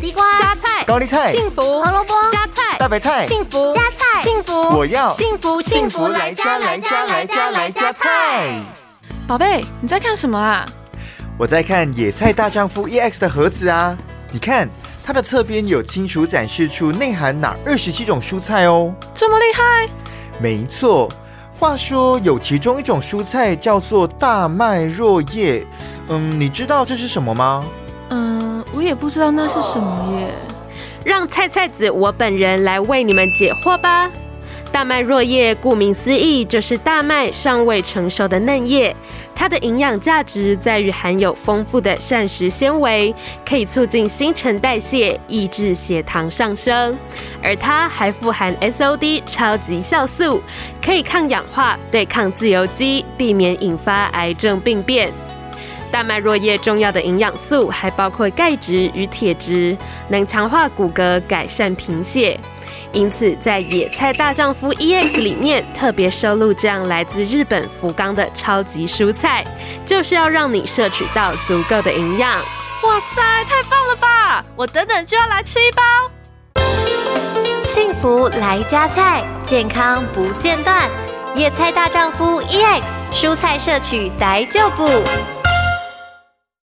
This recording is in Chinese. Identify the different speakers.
Speaker 1: 地瓜、
Speaker 2: 加菜、
Speaker 3: 高丽菜、
Speaker 2: 幸福、
Speaker 1: 胡萝卜、
Speaker 2: 加菜、
Speaker 3: 大白菜、
Speaker 2: 幸福、
Speaker 1: 加菜
Speaker 2: 幸福，
Speaker 3: 我要
Speaker 2: 幸福
Speaker 3: 幸福来家来家来家来家菜。
Speaker 4: 宝贝，你在看什么啊？
Speaker 3: 我在看《野菜大丈夫 EX》的盒子啊，你看它的侧边有清楚展示出内含哪二十七种蔬菜哦。
Speaker 4: 这么厉害？
Speaker 3: 没错，话说有其中一种蔬菜叫做大麦若叶，嗯，你知道这是什么吗？
Speaker 4: 嗯，我也不知道那是什么耶。
Speaker 2: 让菜菜子我本人来为你们解惑吧。大麦若叶，顾名思义，就是大麦尚未成熟的嫩叶。它的营养价值在于含有丰富的膳食纤维，可以促进新陈代谢，抑制血糖上升。而它还富含 SOD 超级酵素，可以抗氧化、对抗自由基，避免引发癌症病变。大麦若叶重要的营养素还包括钙质与铁质，能强化骨骼，改善贫血。因此，在《野菜大丈夫 EX》里面特别收录这样来自日本福冈的超级蔬菜，就是要让你摄取到足够的营养。
Speaker 4: 哇塞，太棒了吧！我等等就要来吃一包。
Speaker 1: 幸福来加菜，健康 E 不间断。野菜大丈夫 EX，蔬菜摄取逮就补。